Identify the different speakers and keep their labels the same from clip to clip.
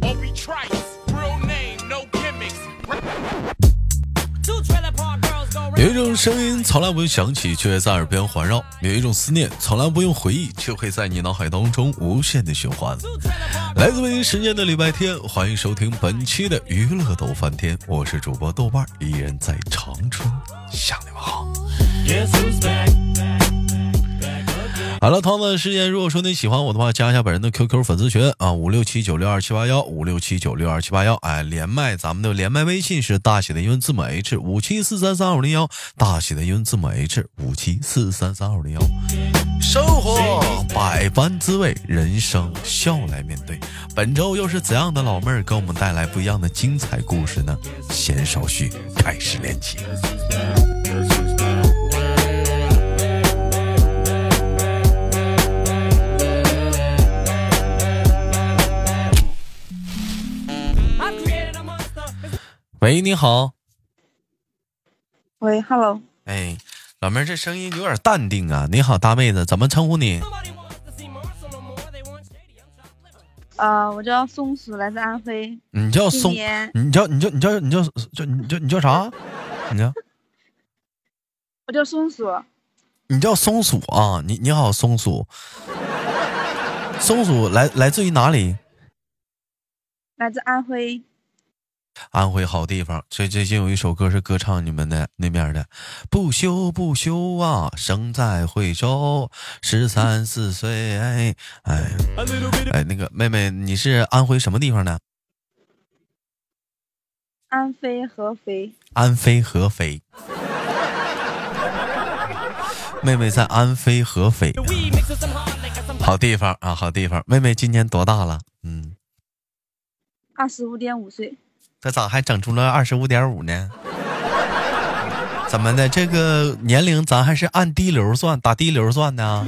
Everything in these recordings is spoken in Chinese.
Speaker 1: trice. Real name, no gimmicks.
Speaker 2: Two trailer park girls go
Speaker 3: 有一种声音从来不会响起，却会在耳边环绕；有一种思念从来不用回忆，却会在你脑海当中无限的循环。来自北京时间的礼拜天，欢迎收听本期的娱乐逗翻天，我是主播豆瓣儿，依然在长春向你们好。好了，同样的时间，如果说你喜欢我的话，加一下本人的 QQ 粉丝群啊，五六七九六二七八幺，五六七九六二七八幺。哎，连麦，咱们的连麦微信是大写的英文字母 H 五七四三三二五零幺，大写的英文字母 H 五七四三三二五零幺。生活百般滋味，人生笑来面对。本周又是怎样的老妹儿给我们带来不一样的精彩故事呢？闲少叙，开始练习。
Speaker 2: I've created a monster.
Speaker 3: 喂，你好。
Speaker 4: 喂，Hello，
Speaker 3: 哎，老妹儿，这声音有点淡定啊。你好，大妹子，怎么称呼你？
Speaker 2: Nobody wants to see Marshall no more. They want shady. I'm chopped liver.
Speaker 4: 呃，我叫松鼠，来自安徽，
Speaker 3: 你叫
Speaker 4: 今
Speaker 3: 松，
Speaker 4: 年
Speaker 3: 你叫你叫你叫你叫叫你叫你叫啥？你叫
Speaker 4: 我叫松鼠，
Speaker 3: 你叫松鼠啊？你你好，松鼠。松鼠来来自于哪里？
Speaker 4: 来自安徽。
Speaker 3: 安徽好地方。这最近有一首歌是歌唱你们的那面的，不休不休啊，生在惠州，十三四岁。哎哎
Speaker 2: A little bit
Speaker 3: 哎，那个妹妹，你是安徽什么地方的？
Speaker 4: 安徽合肥，
Speaker 3: 安徽合肥。妹妹在安徽合肥，
Speaker 2: of weed mixed with some hard liquor, some
Speaker 3: 好地方啊，好地方。妹妹今年多大了？嗯，
Speaker 4: 二十五点五岁。
Speaker 3: 这咋还整出了二十五点五呢？怎么的？这个年龄咱还是按滴流算，打滴流算呢？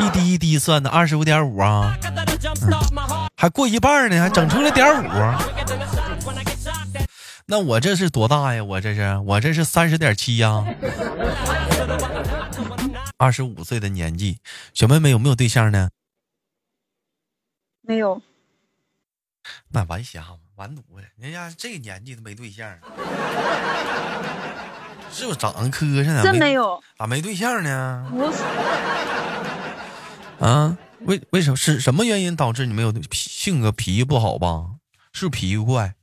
Speaker 3: 一滴一滴算的，二十五点五啊，
Speaker 2: vodka that'll jumpstart my heart.
Speaker 3: 还过一半呢，还整出了点五。啊
Speaker 2: Quicker than a shot when I get shocked at.
Speaker 3: 那我这是多大呀？我这是我这是三十点七呀，二十五岁的年纪，小妹妹有没有对象呢？
Speaker 4: 没有，
Speaker 3: 那完瞎嘛，完犊子！人家这个年纪都没对象儿，是不是长得磕碜呢？
Speaker 4: 真没，有，
Speaker 3: 咋啊没对象呢？
Speaker 4: 不是
Speaker 3: 啊，为为什么是什么原因导致你没有对脾性格脾气不好吧？是不是脾气怪？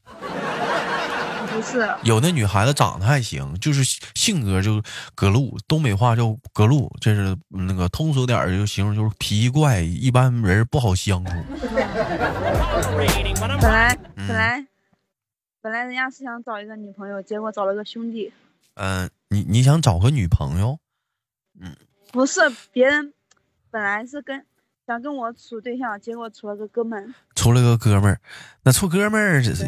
Speaker 4: 不是，
Speaker 3: 有那女孩子长得还行，就是性性格就隔路，东北话叫隔路，这是那个通俗点儿就形容就是脾气怪，一般人不好相处。
Speaker 2: Rating when I'm
Speaker 4: 本来
Speaker 3: 嗯
Speaker 4: 本来本来人家是想找一个女朋友，结果找了个兄弟，
Speaker 3: 嗯、你你想找个女朋友？
Speaker 4: 不是别人，本来是跟想跟我处对象，结果处了个哥们，
Speaker 3: 出了个哥们儿，那处哥们儿，这是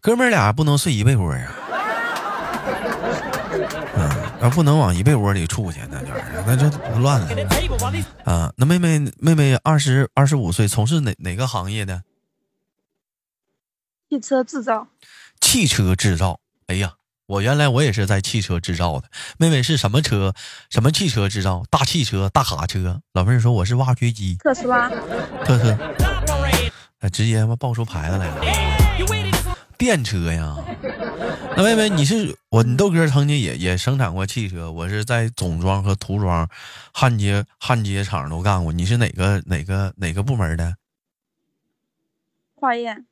Speaker 3: 哥们儿俩不能睡一被窝呀、啊，啊，不能往一被窝里处去，那点儿，那就乱
Speaker 2: at
Speaker 3: 了
Speaker 2: the table while these
Speaker 3: 啊。那妹妹妹妹二十二十五岁，从事哪哪个行业的？
Speaker 4: 汽车制造，
Speaker 3: 汽车制造。哎呀，我原来我也是在汽车制造的。妹妹是什么车？什么汽车制造？大汽车、大卡车。老妹儿说我是挖掘机，
Speaker 4: 特斯拉，
Speaker 3: 特斯，
Speaker 2: operate.
Speaker 3: 啊直接他妈爆出牌子来了。
Speaker 2: Yeah, you waited so
Speaker 3: 电车呀。那妹妹，你是我，你豆哥曾经也也生产过汽车，我是在总装和涂装、焊接焊接厂都干过。你是哪个哪个哪个部门的？
Speaker 4: 化验，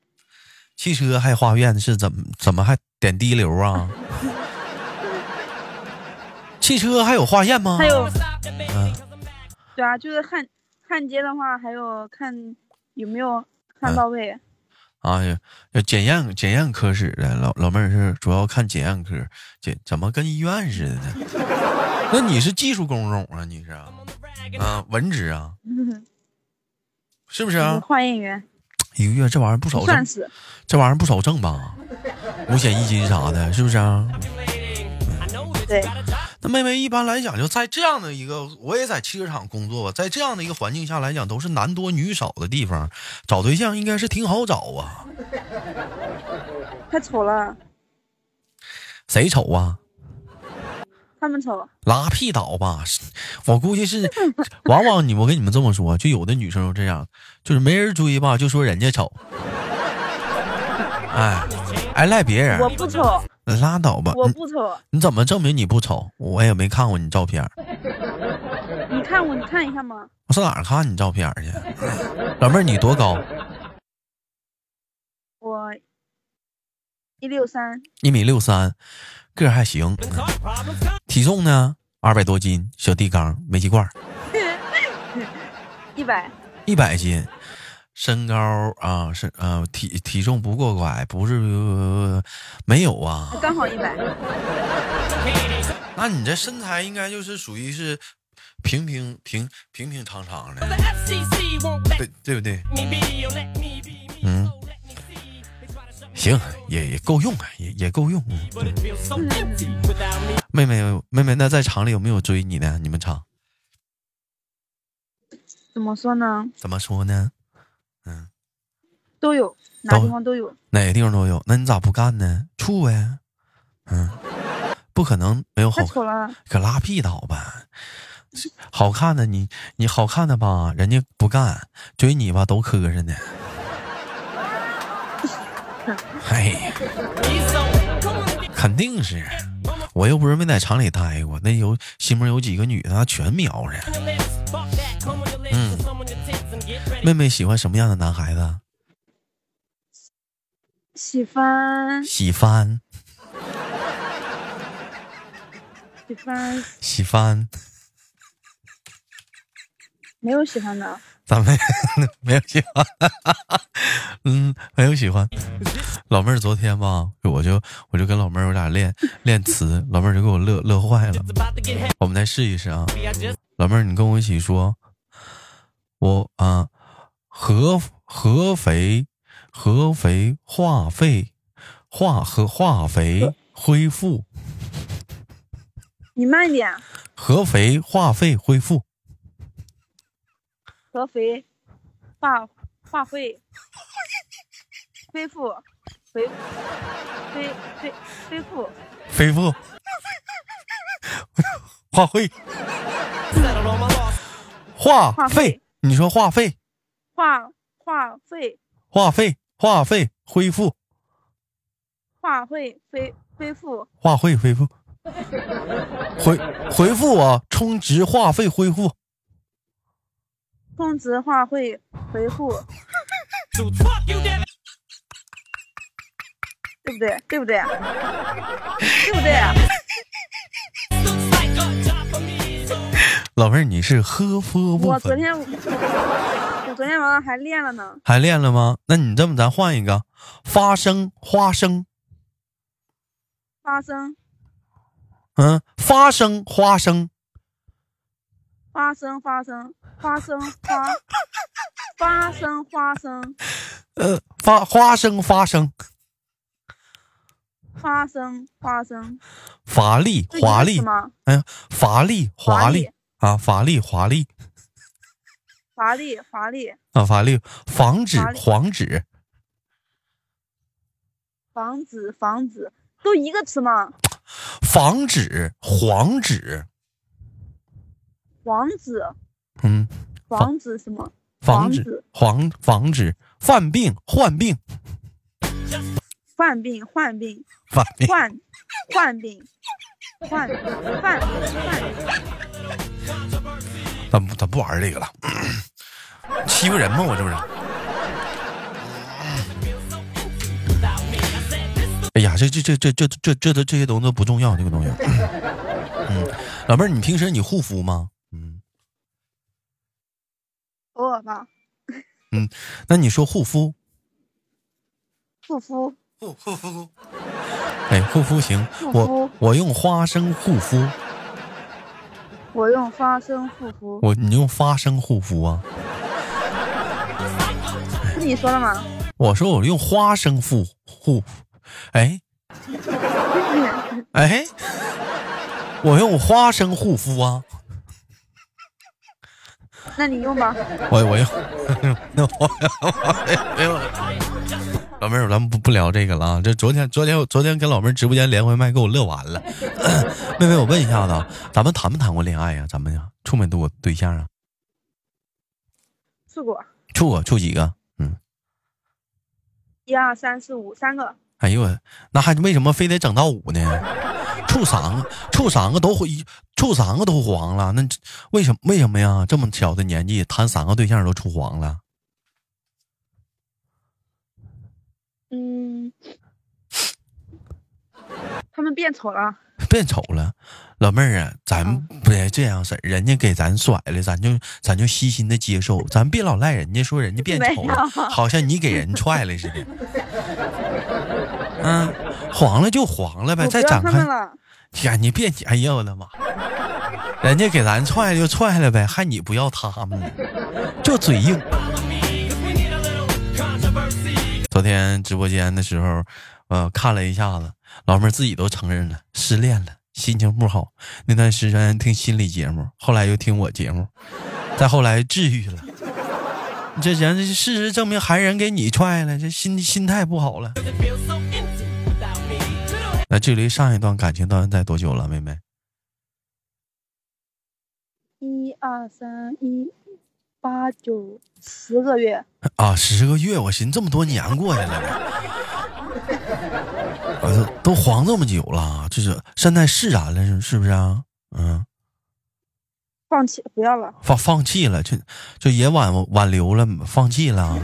Speaker 3: 汽车还化验是怎么怎么还点滴流 啊？汽车还有化验吗？
Speaker 4: 还有
Speaker 2: stop debating i I'm back.
Speaker 4: 对啊，就是焊焊接的话，还有看有没有
Speaker 3: 嗯
Speaker 4: 焊到位。
Speaker 3: 啊，要要检验检验科室的老老妹儿是主要看检验科，检怎么跟医院似 的呢？那你是技术工种啊？你是啊
Speaker 2: I'm on the rag and
Speaker 3: 啊文职啊？是不是
Speaker 4: 嗯
Speaker 3: 啊？
Speaker 4: 化验员
Speaker 3: 一个月这玩意儿不少挣
Speaker 4: 算，是
Speaker 3: 这玩意儿不少挣吧？五险一金啥的，是不是啊？
Speaker 2: calculating. I know that you
Speaker 4: 对
Speaker 2: got a job.
Speaker 3: 那妹妹一般来讲，就在这样的一个，我也在汽车厂工作吧，在这样的一个环境下来讲，都是男多女少的地方，找对象应该是挺好找啊。
Speaker 4: 太丑了，
Speaker 3: 谁丑啊？
Speaker 4: 他们丑，
Speaker 3: 拉屁倒吧！是我估计 是，往往你我跟你们这么说，就有的女生都这样，就是没人追吧，就说人家丑。哎，还赖别人
Speaker 4: 我，不丑，
Speaker 3: 啊拉倒吧。
Speaker 4: 我
Speaker 3: 嗯
Speaker 4: 不丑，
Speaker 3: 你怎么证明你不丑？我也没看过你照片儿，
Speaker 4: 你看我，你看一下嘛。
Speaker 3: 我上哪儿看你照片儿去？老妹儿，你多高？
Speaker 4: 我一六三，
Speaker 3: 一米六三，个儿还行。嗯
Speaker 2: Solve problems, solve
Speaker 3: 体重呢？二百多斤，小地缸，煤气罐儿，
Speaker 4: 一百，
Speaker 3: 一百斤。身高啊是啊体体重不过拐，不是、呃没有啊。
Speaker 4: 刚好一百。
Speaker 2: headaches.
Speaker 3: 那你这身材应该就是属于是平平平平平常常
Speaker 2: The
Speaker 3: 的，
Speaker 2: FCC won't let
Speaker 3: 对对不对？
Speaker 2: me be, oh, let me be me,
Speaker 3: Mm.
Speaker 2: so let me see. They try to shut me
Speaker 3: 行，也也够用，啊也也够用。嗯
Speaker 2: but it feels so empty without me.
Speaker 3: 妹妹妹妹，那在厂里有没有追你呢？你们厂
Speaker 4: 怎么说呢？
Speaker 3: 怎么说呢？
Speaker 4: 都有，哪
Speaker 3: 都
Speaker 4: 地方都有。
Speaker 3: 哪个地方都有，那你咋不干呢？处呗，嗯，不可能没有
Speaker 4: 太
Speaker 3: 好看
Speaker 4: 丑了，
Speaker 3: 可拉屁倒吧！好看的你，你好看的吧，人家不干，追你吧都磕碜呢。哎呀，
Speaker 2: He's so come on, get
Speaker 3: 肯定是，我又不是没在厂里待过，那有心目有几个女的，那全瞄着。
Speaker 2: on your lips, fuck that, come on your lips,
Speaker 3: Mm.
Speaker 2: and some on your tits and get ready.
Speaker 3: 妹妹喜欢什么样的男孩子？
Speaker 4: 喜欢
Speaker 3: 喜欢，
Speaker 4: 喜欢，
Speaker 3: 喜欢，
Speaker 4: 没有喜欢的，
Speaker 3: 咱们 没有喜欢，嗯，没有喜欢。老妹儿昨天吧，我就我就跟老妹儿我俩练练词，老妹儿就给我乐乐坏了
Speaker 2: It's。about to get heavy.
Speaker 3: 我们再试一试啊，
Speaker 2: I just
Speaker 3: 老妹儿，你跟我一起说，我啊，合合肥合肥化肥化合化肥恢复，
Speaker 4: 你慢一点。
Speaker 3: 合肥化肥恢复
Speaker 4: 合肥化化会恢复恢恢恢恢复
Speaker 3: 恢复 化肥
Speaker 2: settled on my loss.
Speaker 3: 化
Speaker 4: 化
Speaker 3: 肥
Speaker 4: 肥，
Speaker 3: 你说化肥
Speaker 4: 化化会
Speaker 3: 化肥化肥恢复
Speaker 4: 化会恢恢复
Speaker 3: 化肥恢复回回复啊，充值化肥恢复
Speaker 4: 充值化会回复，
Speaker 2: Dude, fuck you, damn it.
Speaker 4: 对不对？对不对？对不对？
Speaker 2: Looks like a job for me, so
Speaker 3: 老妹儿，你是喝喝不
Speaker 4: 我
Speaker 3: 分
Speaker 4: 昨。天我昨天晚上还练了呢，
Speaker 3: 还练了吗？那你这么咱换一个，发声花生，
Speaker 4: 发声
Speaker 3: 嗯，发声花生，
Speaker 4: 发声发声发声发发声花生
Speaker 3: 呃，发花生发生，
Speaker 4: 发声花生，
Speaker 3: 乏力
Speaker 4: 这
Speaker 3: 华
Speaker 4: 意
Speaker 3: 丽
Speaker 4: 思，吗？
Speaker 3: 嗯，乏力华
Speaker 4: 华
Speaker 3: 丽
Speaker 4: 丽
Speaker 3: 啊，乏力华丽
Speaker 4: 华丽华丽
Speaker 3: 啊，乏力防止
Speaker 4: 华丽
Speaker 3: 黄纸，
Speaker 4: 防止防止，都一个词嘛。
Speaker 3: 防止黄纸，
Speaker 4: 防止
Speaker 3: 嗯，
Speaker 4: 防止什么？
Speaker 3: 防
Speaker 4: 防
Speaker 3: 止
Speaker 4: 止
Speaker 3: 黄防止犯病患病
Speaker 4: 患病患病
Speaker 3: 犯病
Speaker 4: 患患病患患患
Speaker 3: 咱不咱不玩这个了， 欺负人吗？我这不是。哎呀，这这这这这这这这这些东西都不重要，这个东西。嗯，老妹儿，你平时你护肤吗？嗯，
Speaker 4: 偶尔吧，
Speaker 3: 那你说护肤，
Speaker 4: 护肤
Speaker 3: 护护肤，哎，护肤行，
Speaker 4: 护
Speaker 3: 我
Speaker 4: 肤
Speaker 3: 我用花生护肤，
Speaker 4: 我用发声护肤，
Speaker 3: 我你用花生护肤啊？
Speaker 4: 是你说的吗？
Speaker 3: 我说我用花生护护，哎哎，我用花生护肤啊。
Speaker 4: 那你用吧，
Speaker 3: 我我又，那 我我没有了。老妹儿，咱们不不聊这个了啊！这昨天昨天昨天跟老妹儿直播间连回麦，给我乐完了。 妹妹，我问一下子啊，咱们谈没谈过恋爱呀、咱们呀，处没过对象啊？
Speaker 4: 试过
Speaker 3: 处过，处几个？嗯，
Speaker 4: 一二三四五三个，
Speaker 3: 哎呦我，那还为什么非得整到五呢？处三个，处三个都一处三个都黄了，那这为什么为什么呀？这么小的年纪谈三个对象都处黄了？
Speaker 4: 嗯，他们变丑了，
Speaker 3: 别瞅了，老妹儿啊，咱
Speaker 4: 嗯
Speaker 3: 不是这样式儿，人家给咱甩了，咱就咱就虚心的接受，咱别老赖人家说人家变丑了，
Speaker 4: 没有
Speaker 3: 好像你给人踹了似的。嗯，黄了就黄了呗，
Speaker 4: 我
Speaker 3: 哎再
Speaker 4: 不要
Speaker 3: 展
Speaker 4: 他
Speaker 3: 开
Speaker 4: 们。了，
Speaker 3: 呀，你别，哎呀，我的妈！ 人家给咱踹就踹了呗，还你不要他们呢，就嘴硬。昨天直播间的时候，呃，看了一下子，老妹儿自己都承认了，失恋了，心情不好。那段时间听心理节目，后来又听我节目，再后来治愈了。这人事实证明，还人给你踹了，这心心态不好了。那距离上一段感情到现在多久了，妹妹？
Speaker 4: 一二三一八九十个月，
Speaker 3: 啊，十个月，我寻思这么多年过去了呢，我都都黄这么久了，这是现在释然了，是是不是啊？嗯，
Speaker 4: 放弃不要了，
Speaker 3: 放放弃了，就就也挽挽留了，放弃了，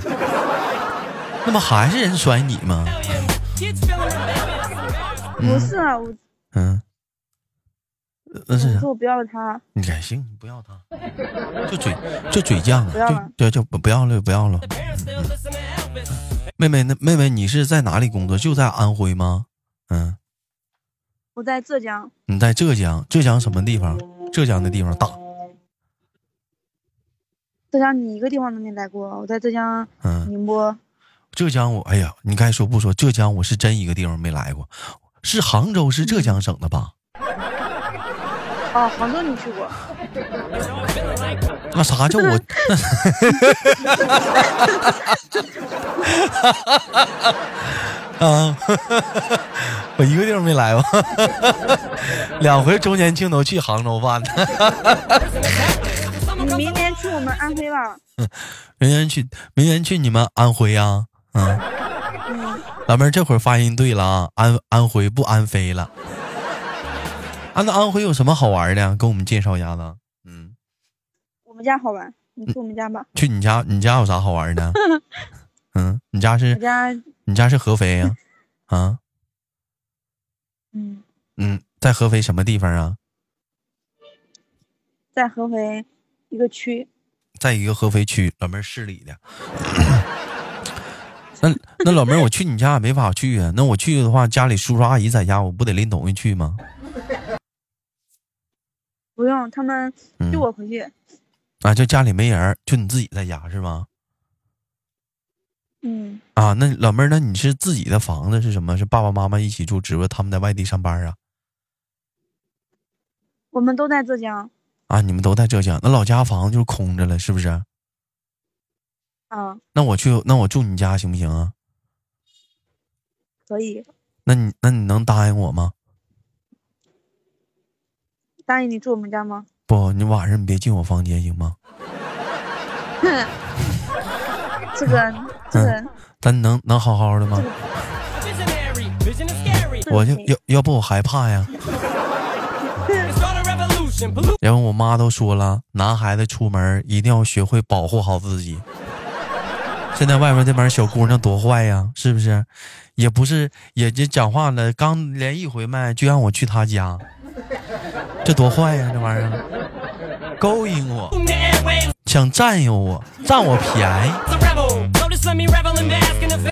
Speaker 3: 那不还是人甩你吗？
Speaker 4: 不是啊，我
Speaker 3: 嗯，呃那是
Speaker 4: 我
Speaker 3: 啥？
Speaker 4: 说我不要了他，
Speaker 3: 你改姓，你不要他，就嘴就嘴犟
Speaker 4: 不要
Speaker 3: 啊
Speaker 4: 了，
Speaker 3: 就就就不不要了，不要了。妹妹，那妹妹你是在哪里工作？就在安徽吗？嗯。
Speaker 4: 我在浙江
Speaker 3: 你在浙江，浙江什么地方？浙江的地方大，
Speaker 4: 浙江你一个地方都没来过，我在浙江
Speaker 3: 嗯，
Speaker 4: 宁波，
Speaker 3: 浙江我，哎呀，你该说不说？浙江我是真一个地方没来过，是杭州，是浙江省的吧？
Speaker 4: 哦，杭州你去过，
Speaker 3: 那啥叫我？ 那啊， 我一个地方没来过， 两回周年庆都去杭州办的，
Speaker 4: 你明年去我们安徽吧，
Speaker 3: 明年去，明年去你们安徽呀、嗯，老妹儿这会儿发音对了啊，安安徽不安徽了。安那安徽有什么好玩的呀？给我们介绍一下子。嗯，
Speaker 4: 我们家好玩，你去我们家吧，
Speaker 3: 去你家，你家有啥好玩的？嗯，你家
Speaker 4: 我
Speaker 3: 是
Speaker 4: 家
Speaker 3: 你家是合肥呀、啊？
Speaker 4: 嗯
Speaker 3: 嗯，在合肥什么地方啊？
Speaker 4: 在合肥一个区，
Speaker 3: 在一个合肥区，老妹儿市里的。 那那老妹儿，我去你家也没法去啊。那我去的话，家里叔叔阿姨在家，我不得拎东西去吗？
Speaker 4: 不用他们
Speaker 3: 嗯
Speaker 4: 就我回去，
Speaker 3: 啊，就家里没人儿，就你自己在家是吗？
Speaker 4: 嗯，
Speaker 3: 啊，那老妹儿，那你是自己的房子是什么？是爸爸妈妈一起住，只不过他们在外地上班啊？
Speaker 4: 我们都在浙江
Speaker 3: 啊，你们都在浙江，那老家房子就是空着了，是不是？
Speaker 4: 啊，
Speaker 3: 那我去，那我住你家行不行啊？
Speaker 4: 所以
Speaker 3: 那你那你能答应我吗？
Speaker 4: 答应你住我们家吗？
Speaker 3: 不，你晚上你别进我房间行吗？
Speaker 4: 这个
Speaker 3: 嗯
Speaker 4: 这个
Speaker 3: 咱能能好好的吗？
Speaker 4: 这个
Speaker 3: 我就
Speaker 4: 可以
Speaker 3: 要要不我害怕呀。然后我妈都说了，男孩子出门一定要学会保护好自己。 现在外面这帮小姑娘多坏呀，是不是？也不是，也就讲话了，刚连一回麦就让我去她家， 这多坏呀！这玩意儿勾引我，想占有我，占我便宜，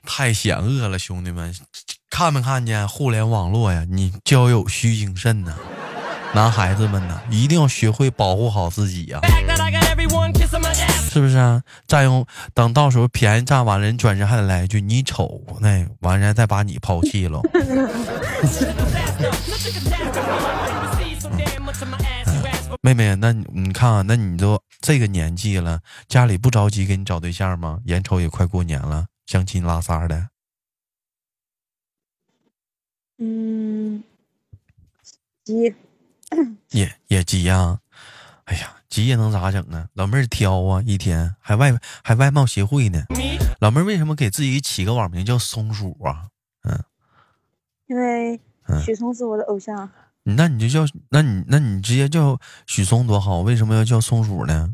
Speaker 3: 太险恶了，兄弟们！看没看见互联网络呀？你交友需谨慎呐、男孩子们呐、一定要学会保护好自己呀、是不是啊？占用，等到时候便宜占完了，人转身还得来一句你丑，那完人家再把你抛弃了。妹妹，那你你看啊，那你都这个年纪了，家里不着急给你找对象吗？眼瞅也快过年了，相亲拉撒的，
Speaker 4: 嗯，急
Speaker 3: 也也急呀、哎呀，急也能咋整啊？老妹儿挑啊，一天还外还外貌协会呢。老妹儿为什么给自己起个网名叫松鼠啊？
Speaker 4: 因为
Speaker 3: 嗯
Speaker 4: 许嵩是我的偶像，
Speaker 3: 那你就叫，那你那你直接叫许嵩多好，为什么要叫松鼠呢？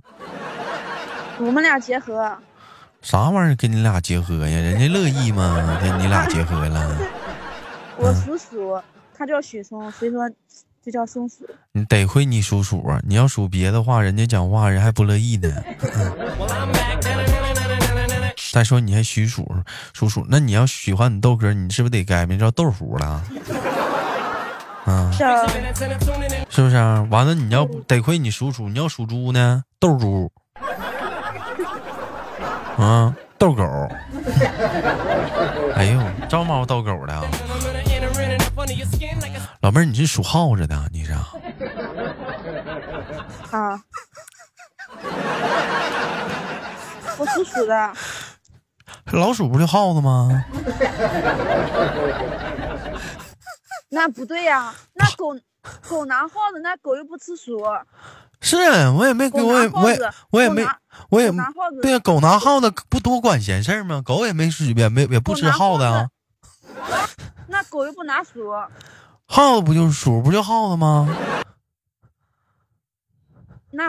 Speaker 4: 我们俩结合，
Speaker 3: 啥玩意儿跟你俩结合呀？人家乐意吗？跟你俩结合了，
Speaker 4: 我
Speaker 3: 嗯
Speaker 4: 属鼠，他叫许嵩，所以说就叫松鼠。
Speaker 3: 你得亏你属鼠啊，你要属别的话，人家讲话人还不乐意呢。
Speaker 2: Well, I'm back. na-na-na-na-na-na-na-na.
Speaker 3: 再说你还许鼠属鼠，那你要喜欢你豆哥，你是不是得改名叫豆腐了？啊，
Speaker 4: 叫
Speaker 2: Six minutes and I'm tuning in.
Speaker 3: 是不是、啊？完了，你要得亏你属鼠，你要属猪呢，豆猪，啊，豆狗。哎呦，招猫逗狗的啊，
Speaker 2: I'm gonna enter in and up under your skin like a
Speaker 3: 老妹儿，你是属耗子的啊，你是啊？
Speaker 4: 啊，我属鼠的，
Speaker 3: 老鼠不就耗子吗？
Speaker 4: 那不对呀、那狗狗拿耗子，那狗又不吃鼠，
Speaker 3: 是啊，我也没，
Speaker 4: 狗拿
Speaker 3: 我也，
Speaker 4: 耗
Speaker 3: 我也
Speaker 4: 子，
Speaker 3: 我也
Speaker 4: 狗
Speaker 3: 没
Speaker 4: 拿，
Speaker 3: 我也
Speaker 4: 狗拿耗子
Speaker 3: 对呀，啊狗拿耗子不多管闲事儿吗？狗也没吃，也没也不
Speaker 4: 狗
Speaker 3: 吃
Speaker 4: 拿
Speaker 3: 耗子
Speaker 4: 耗
Speaker 3: 啊
Speaker 4: 子。那狗又不拿鼠，
Speaker 3: 耗子不就是鼠不就耗子吗？
Speaker 4: 那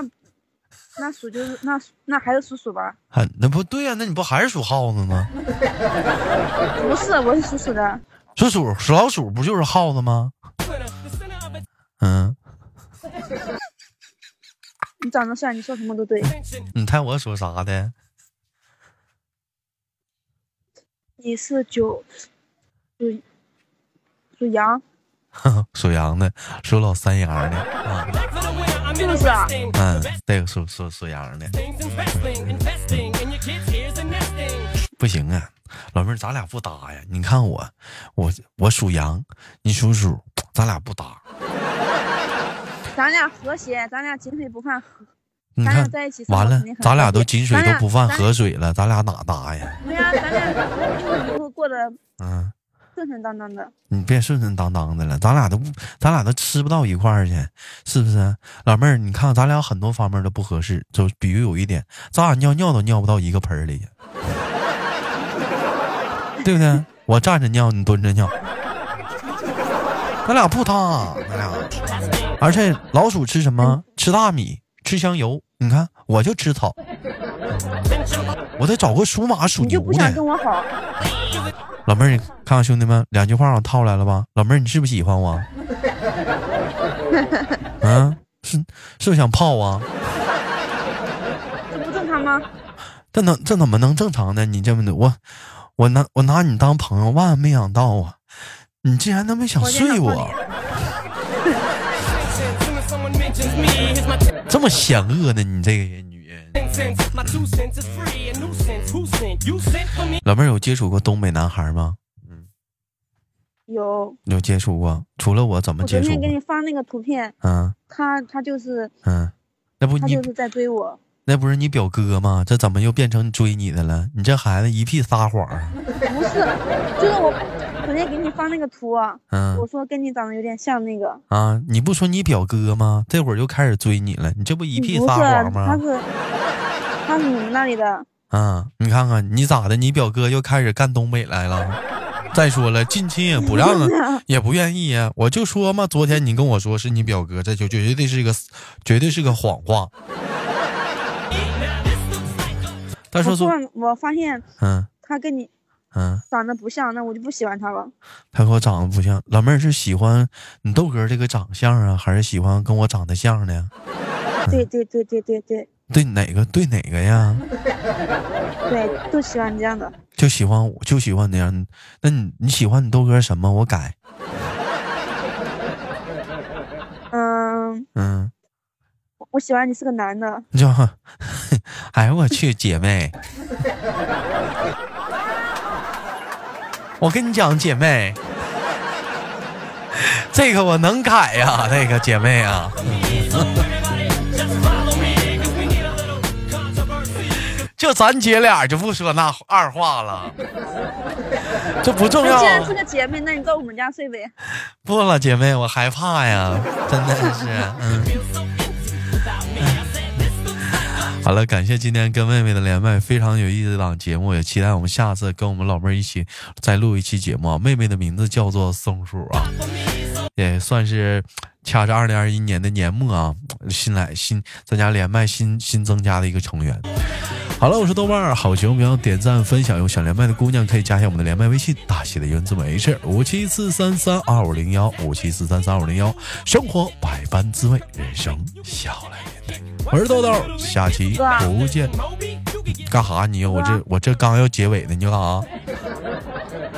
Speaker 4: 那鼠就是那那还是属鼠吧？
Speaker 3: 啊，那不对呀、那你不还是属耗子吗？
Speaker 4: 不是，我是属鼠的，
Speaker 3: 属鼠属老鼠不就是耗子吗？
Speaker 2: center, the center of
Speaker 3: 嗯，
Speaker 4: 你长得帅，你说什么都对。
Speaker 2: attention.
Speaker 3: 你猜我属啥的？
Speaker 4: 你是九属属羊，
Speaker 3: 嗯属羊的，属老三羊的啊，
Speaker 2: Back for the winner, I'm
Speaker 4: Who's that?
Speaker 2: interesting.
Speaker 3: 嗯
Speaker 2: The，best
Speaker 3: 这个属属属羊的
Speaker 2: things investing, investing in your kids' ears and nesting.
Speaker 3: 不行啊，老妹儿，咱俩不搭呀。你看我，我我属羊，你属鼠，咱俩不搭。
Speaker 4: 咱俩和谐，咱俩井水不犯河。
Speaker 3: 嗯你
Speaker 4: 咱
Speaker 3: 看
Speaker 4: 俩在一起，生活
Speaker 3: 完了
Speaker 4: 肯定，很
Speaker 3: 咱俩
Speaker 4: 和
Speaker 3: 都
Speaker 4: 谐
Speaker 3: 井水
Speaker 4: 咱
Speaker 3: 都
Speaker 4: 俩
Speaker 3: 不犯
Speaker 4: 咱
Speaker 3: 河水了，咱俩哪搭呀？
Speaker 4: 对呀、咱俩就是以后过得
Speaker 3: 嗯，
Speaker 4: 顺顺当当的。
Speaker 3: 你别顺顺当当的了，咱俩都不，咱俩都吃不到一块儿去，是不是？老妹儿，你看咱俩很多方面都不合适，就比如有一点，咱俩尿尿都尿不到一个盆儿里去， 对不对？我站着尿，你蹲着尿，咱俩不搭，咱俩。而且老鼠吃什么？吃大米，吃香油。你看，我就吃草， 我得找个属马属
Speaker 4: 你就
Speaker 3: 牛
Speaker 4: 不
Speaker 3: 的
Speaker 4: 想。跟我好？
Speaker 3: 老妹儿，你看看兄弟们，两句话我套来了吧？老妹儿，你是不是喜 欢我？嗯，是是不是想泡啊？
Speaker 4: 这不正常吗？
Speaker 3: 这能这怎么能正常呢？你这么的，我我拿我拿你当朋友，万万没想到啊！你竟然那么想
Speaker 4: 我先
Speaker 3: 睡
Speaker 4: 想
Speaker 3: 我，
Speaker 4: 泡你。
Speaker 2: Attention, soon as someone mentions me, here's my ten
Speaker 3: 这么险恶呢？你这个女人，
Speaker 2: cents. My two cents is free, a nuisance. Who sent? You sent for me?
Speaker 3: 老妹儿有接触过东北男孩吗？
Speaker 4: 有，
Speaker 3: 有接触过？除了我怎么
Speaker 4: 我昨
Speaker 3: 接触
Speaker 4: 天
Speaker 3: 过
Speaker 4: 给？你发那个图片，
Speaker 3: 嗯
Speaker 4: 他他就是
Speaker 3: 嗯，那不
Speaker 4: 他
Speaker 3: 你
Speaker 4: 就是在追我，
Speaker 3: 那不是你表哥吗？这怎么又变成追你的了？你这孩子一屁撒谎啊！
Speaker 4: 不是，就是我昨天给你发那个图啊，
Speaker 3: 嗯，
Speaker 4: 我说跟你长得有点像那个，
Speaker 3: 啊，你不说你表哥吗？这会儿就开始追你了，你这不一屁
Speaker 4: 不是，啊
Speaker 3: 撒谎
Speaker 4: 他
Speaker 3: 吗？
Speaker 4: 是他是你们那里的，
Speaker 3: 啊，你看看你咋的？你表哥又开始干东北来了。再说了，近亲也不让，啊，也不愿意呀、我就说嘛，昨天你跟我说是你表哥，这就绝对是一个，绝对是个谎话。他说
Speaker 4: 我突
Speaker 3: 昨，
Speaker 4: 然我发现
Speaker 3: 嗯
Speaker 4: 他跟你
Speaker 3: 嗯，
Speaker 4: 长得不像，那我就不喜欢他了。
Speaker 3: 他跟我长得不像。老妹儿是喜欢你豆哥这个长相啊，还是喜欢跟我长得像的？嗯
Speaker 4: 对对对对对对
Speaker 3: 对哪个？对哪个呀？
Speaker 4: 对，都喜欢你这样的。
Speaker 3: 就喜欢我，就喜欢那样。那你你喜欢你豆哥什么？我改。
Speaker 4: 嗯，
Speaker 3: 嗯，
Speaker 4: 我喜欢你是个男的，
Speaker 3: 你知道吗？ 哎呦我去，姐妹， 我跟你讲，姐妹， 这个我能改呀、这个姐妹啊，
Speaker 2: So everybody, just follow me, 'cause we need a little controversy.
Speaker 3: 就咱姐俩就不说那二话了，这不重
Speaker 4: 那
Speaker 3: 要啊
Speaker 4: 哎既。然是个姐妹，那你到我们家睡呗。
Speaker 3: 不了，姐妹，我害怕呀，真的是。嗯。好了，感谢今天跟妹妹的连麦，非常有意思的档节目，也期待我们下次跟我们老妹儿一起再录一期节目啊。妹妹的名字叫做松鼠啊，也算是掐着二零二一年的年末啊，新来新咱家连麦新新增加的一个成员。好了，我是豆瓣儿，好节目不要点赞分享，有想连麦的姑娘可以加一下我们的连麦微信，大写的英文字母 H 五七四三三二五零幺五七四三三二五零幺。生活百般滋味，人生笑来面对。我是豆豆，下期不见。干哈你？我这我这刚要结尾呢，你干啥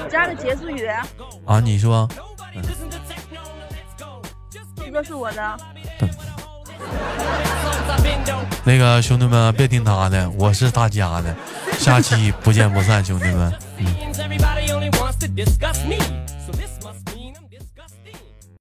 Speaker 4: 加的结束语，
Speaker 3: 啊？你说
Speaker 4: 一个是我的，
Speaker 3: 那个兄弟们别听他的，我是大家的，下期不见不散，兄弟们。
Speaker 2: Everybody only wants to discuss me.